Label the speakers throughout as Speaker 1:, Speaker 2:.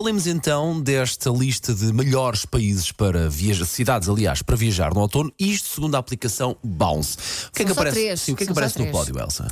Speaker 1: Falemos então desta lista de melhores países para viajar, cidades, aliás, para viajar no outono, isto segundo a aplicação Bounce. O que é
Speaker 2: São
Speaker 1: que
Speaker 2: só
Speaker 1: aparece,
Speaker 2: três,
Speaker 1: Sim, o que é que
Speaker 2: são só
Speaker 1: aparece no
Speaker 2: três.
Speaker 1: pódio, Elsa?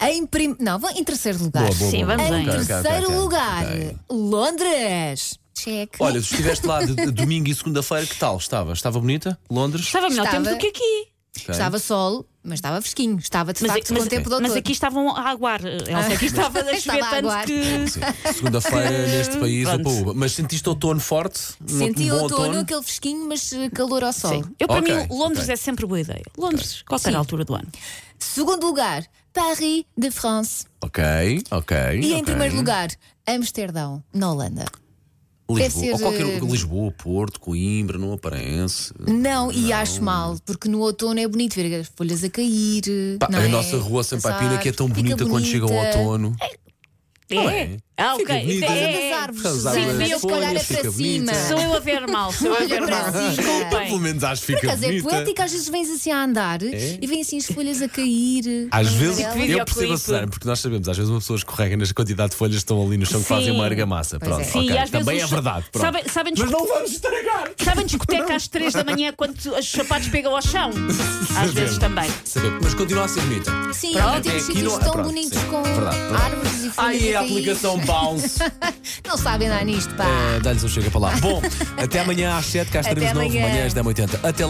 Speaker 2: Em prim... Não, vou- em terceiro lugar.
Speaker 3: Sim, vamos
Speaker 2: Em
Speaker 3: em
Speaker 1: Ok, ok, ok,
Speaker 2: terceiro
Speaker 1: ok.
Speaker 2: lugar,
Speaker 1: Ok.
Speaker 2: Londres. Check.
Speaker 1: Olha, tu estiveste lá de, de domingo e segunda-feira, que tal? Estava? Estava bonita? Londres?
Speaker 3: Estava melhor
Speaker 2: Estava.
Speaker 3: tempo do que aqui.
Speaker 1: Ok.
Speaker 2: Estava sol, mas estava fresquinho. Estava de
Speaker 3: Mas, é
Speaker 2: facto
Speaker 3: mas-
Speaker 2: com o tempo de
Speaker 3: mas
Speaker 2: outono.
Speaker 3: aqui estavam a aguar. Elsa, aqui estava a
Speaker 2: Estava
Speaker 3: chover
Speaker 2: a
Speaker 3: tanto
Speaker 2: aguar.
Speaker 3: que.
Speaker 1: Sim, Segunda-feira neste país,
Speaker 3: Pronto.
Speaker 1: opa, upa. Mas sentiste outono forte? Um-
Speaker 2: Senti
Speaker 1: um bom
Speaker 2: outono, aquele fresquinho, mas eh, calor ao sol.
Speaker 3: Sim. Eu, para
Speaker 1: Oh. Ok,
Speaker 3: mim, Londres
Speaker 1: ok.
Speaker 3: é sempre boa ideia. Londres, qualquer
Speaker 2: Sim.
Speaker 3: altura do ano.
Speaker 2: Segundo lugar, Paris de France.
Speaker 1: Ok, ok.
Speaker 2: E em primeiro lugar, Amsterdão, na Holanda.
Speaker 1: Lisboa,
Speaker 2: ser,
Speaker 1: ou qualquer,
Speaker 2: eh,
Speaker 1: Lisboa, Porto, Coimbra, não aparece.
Speaker 2: Não, e acho mal, porque no outono é bonito ver as folhas a cair.
Speaker 1: Pá,
Speaker 2: não
Speaker 1: a
Speaker 2: é?
Speaker 1: nossa rua Santa
Speaker 2: Passar,
Speaker 1: Pina que é tão
Speaker 2: fica
Speaker 1: bonita, quando chega o
Speaker 2: bonita.
Speaker 1: outono.
Speaker 3: É?
Speaker 1: bem.
Speaker 3: Ah, ok.
Speaker 1: Fica bonito.
Speaker 2: Por
Speaker 3: É.
Speaker 2: causa das árvores.
Speaker 1: As
Speaker 2: Susana,
Speaker 1: árvores
Speaker 3: devias
Speaker 2: se
Speaker 1: folhas,
Speaker 2: calhar é
Speaker 1: fica
Speaker 2: para
Speaker 1: bonita.
Speaker 2: cima.
Speaker 3: Sou eu a ver mal, sou eu a ver
Speaker 2: Olha
Speaker 3: mal.
Speaker 2: para cima.
Speaker 3: Desculpem.
Speaker 1: Pelo menos acho que fica
Speaker 2: Por acaso é
Speaker 1: bonita.
Speaker 2: poética, às vezes vens assim a
Speaker 1: É?
Speaker 2: andar e vêm assim as folhas a cair.
Speaker 1: Às vezes
Speaker 2: amarelas.
Speaker 3: videoclipe.
Speaker 1: eu percebo a Susana, porque nós sabemos, às vezes uma pessoa escorrega nas quantidade de folhas que estão ali no chão que
Speaker 3: Sim.
Speaker 1: fazem uma argamassa.
Speaker 2: Pois
Speaker 1: Pronto,
Speaker 2: é.
Speaker 3: Sim,
Speaker 1: ok.
Speaker 3: às vezes
Speaker 1: Também
Speaker 3: os-
Speaker 1: é verdade. Pronto.
Speaker 3: Sabem, sabem,
Speaker 1: Mas
Speaker 3: discu-
Speaker 1: não vamos estragar!
Speaker 3: sabem discoteca às 3 da manhã quando os sapatos pegam ao chão? Às vezes também.
Speaker 1: Sabemos, Mas continua a ser bonita.
Speaker 2: Sim,
Speaker 3: Pronto,
Speaker 2: e temos
Speaker 1: é, aqui
Speaker 2: sítios
Speaker 1: não-
Speaker 2: tão
Speaker 1: pronto,
Speaker 2: bonitos
Speaker 1: sim,
Speaker 2: com
Speaker 1: verdade, verdade.
Speaker 2: árvores e folhas.
Speaker 1: Aí a
Speaker 2: cair.
Speaker 1: aplicação É. Bounce.
Speaker 2: Não sabem dar nisto, pá.
Speaker 1: Eh, Dá-lhes um chega para lá. Bom, até amanhã às 7, cá estaremos de
Speaker 2: Até
Speaker 1: novo.
Speaker 2: amanhã.
Speaker 1: Manhãs 10h80. Até lá.